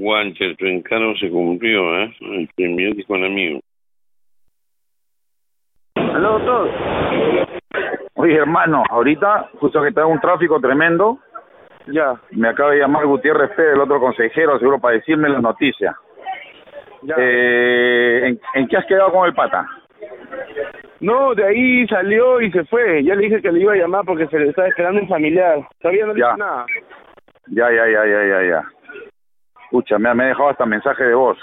Walter, tu encargo se cumplió, ¿eh? El semiótico enemigo. Hola, doctor. Oye, hermano, ahorita, justo que está un tráfico tremendo, Ya, me acaba de llamar Gutiérrez Pérez, el otro consejero, seguro para decirme la noticia. ya. Eh, ¿en, en qué has quedado con el pata? No, de ahí salió y se fue. Ya le dije que le iba a llamar porque se le estaba esperando un familiar. Todavía no le Ya. dice nada. Ya, ya, ya, ya, ya, ya. Escucha, me, me ha dejado hasta mensaje de voz.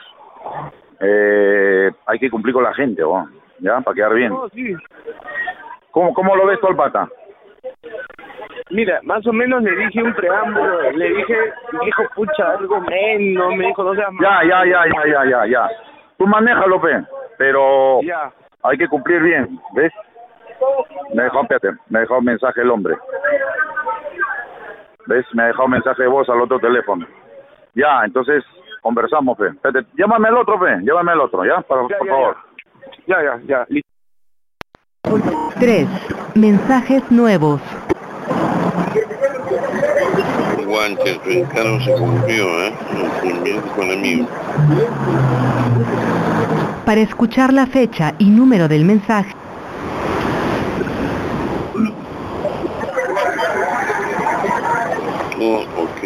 Eh, hay que cumplir con la gente, ¿no? ¿ya? Para quedar bien. No, sí. ¿Cómo, cómo lo ves tú al pata? Mira, más o menos le dije un preámbulo. Le dije, dijo, pucha, algo menos. Me dijo, no seas Ya, malo. ya, ya, ya, ya, ya, ya. Tú maneja, López, pero Ya. hay que cumplir bien, ¿ves? Me dejó, espérate, me dejó un mensaje el hombre. ¿Ves? Me ha dejado un mensaje de voz al otro teléfono. Ya, entonces conversamos, fe. Espérate, llámame al otro, fe. Llámame al otro, ¿ya? Por, Ya, por ya, favor. Ya, ya, ya. listo. 3. Mensajes nuevos. Walter, tu encargo se cumplió, ¿eh? El semiótico enemigo. Para escuchar la fecha y número del mensaje, Oh, ok.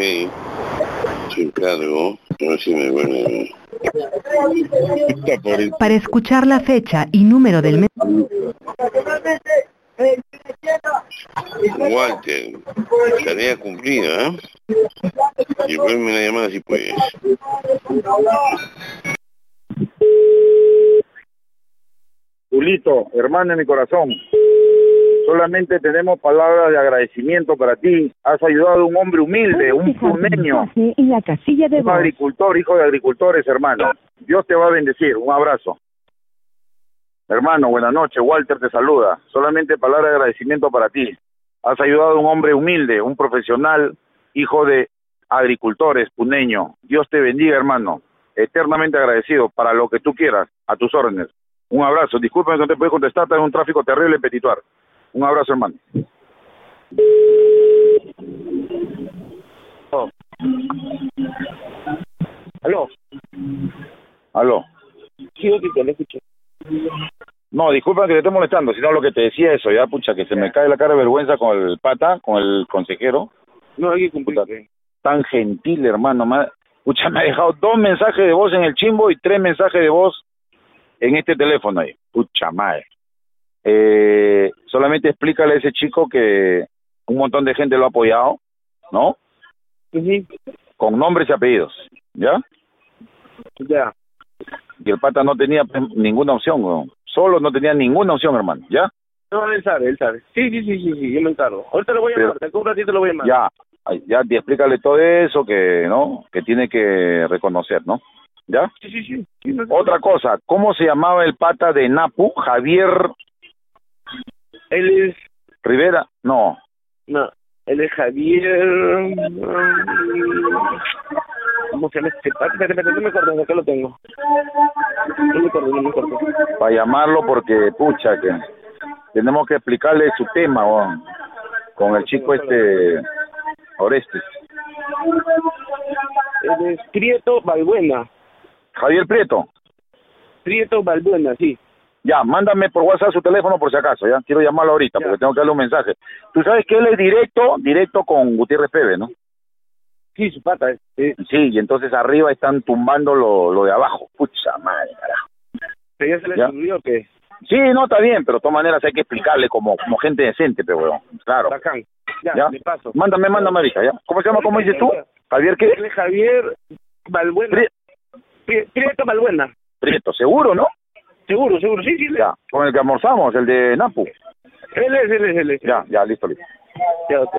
Tu encargo. No sé si me vuelve. Está por ahí. para escuchar la fecha y número del mensaje, Walter, tarea cumplida, ¿eh? Y vuelve la llamada si puedes. Julito, hermano de mi corazón, solamente tenemos palabras de agradecimiento para ti. Has ayudado a un hombre humilde, un puneño, En la casilla de un voz. agricultor, hijo de agricultores, hermano. Dios te va a bendecir. Un abrazo. Hermano, buenas noches. Walter te saluda. Solamente palabras de agradecimiento para ti. Has ayudado a un hombre humilde, un profesional, hijo de agricultores, puneño. Dios te bendiga, hermano. Eternamente agradecido para lo que tú quieras, a tus órdenes. Un abrazo. Disculpen que no te puedo contestar, está en un tráfico terrible en Petituar. Un abrazo, hermano. Aló. Aló. Sí, Gotito, le escucho. No, disculpa que te esté molestando, sino lo que te decía eso, ya, pucha, que se me cae la cara de vergüenza con el pata, con el consejero. No, hay que cumplir. Puta. Tan gentil, hermano. Me ha- pucha, me ha dejado dos mensajes de voz en el chimbo y tres mensajes de voz en este teléfono ahí. Pucha madre. Eh, solamente explícale a ese chico que un montón de gente lo ha apoyado, ¿no? Sí, Con nombres y apellidos, ¿ya? ya. Y el pata no tenía pues, ninguna opción, weón. Solo no tenía ninguna opción, hermano, ¿ya? No, él sabe, él sabe. Sí, sí, sí, sí, sí, yo me encargo. Ahorita lo voy a Pero- llamar, te un ratito lo voy a llamar. ya, ay, ya te explícale todo eso que, ¿no? Que tiene que reconocer, ¿no? ¿Ya? Sí, sí, sí. sí, no te- Otra cosa, ¿cómo se llamaba el pata de Napu? Javier Él es... Rivera, no, No, él es Javier... mm, ¿Cómo se llama este? Espérate, espérate, espérate, no me acuerdo, acá lo tengo. No me acuerdo, no me acuerdo. para llamarlo porque, pucha, que tenemos que explicarle su tema, weón, con el chico este, Orestes. Él es Prieto Balbuena. Javier Prieto, Prieto Balbuena, sí. ya, mándame por WhatsApp su teléfono por si acaso, ya, quiero llamarlo ahorita Ya. porque tengo que darle un mensaje. Tú sabes que él es directo, directo con Gutiérrez Pérez, ¿no? Sí, su pata. eh, es- es- Sí, y entonces arriba están tumbando lo, lo de abajo. Pucha madre, carajo. pero ya se le Ya. subió que... Sí, no, está bien, pero de todas maneras hay que explicarle como, como gente decente, pero weón. Claro. Bacán. Ya, Ya. le paso. Mándame, mándame ahorita, ¿ya? ¿Cómo se llama? ¿Cómo dices tú? Javier, ¿qué? Él es Javier Balbuena. Pri- Pri- Prieto Balbuena. Prieto, seguro, ¿no? Seguro, seguro, sí, sí. le- Ya, con el que almorzamos, el de Napu. Él es, él es, él es. Ya, ya, listo, listo. Ya, ok.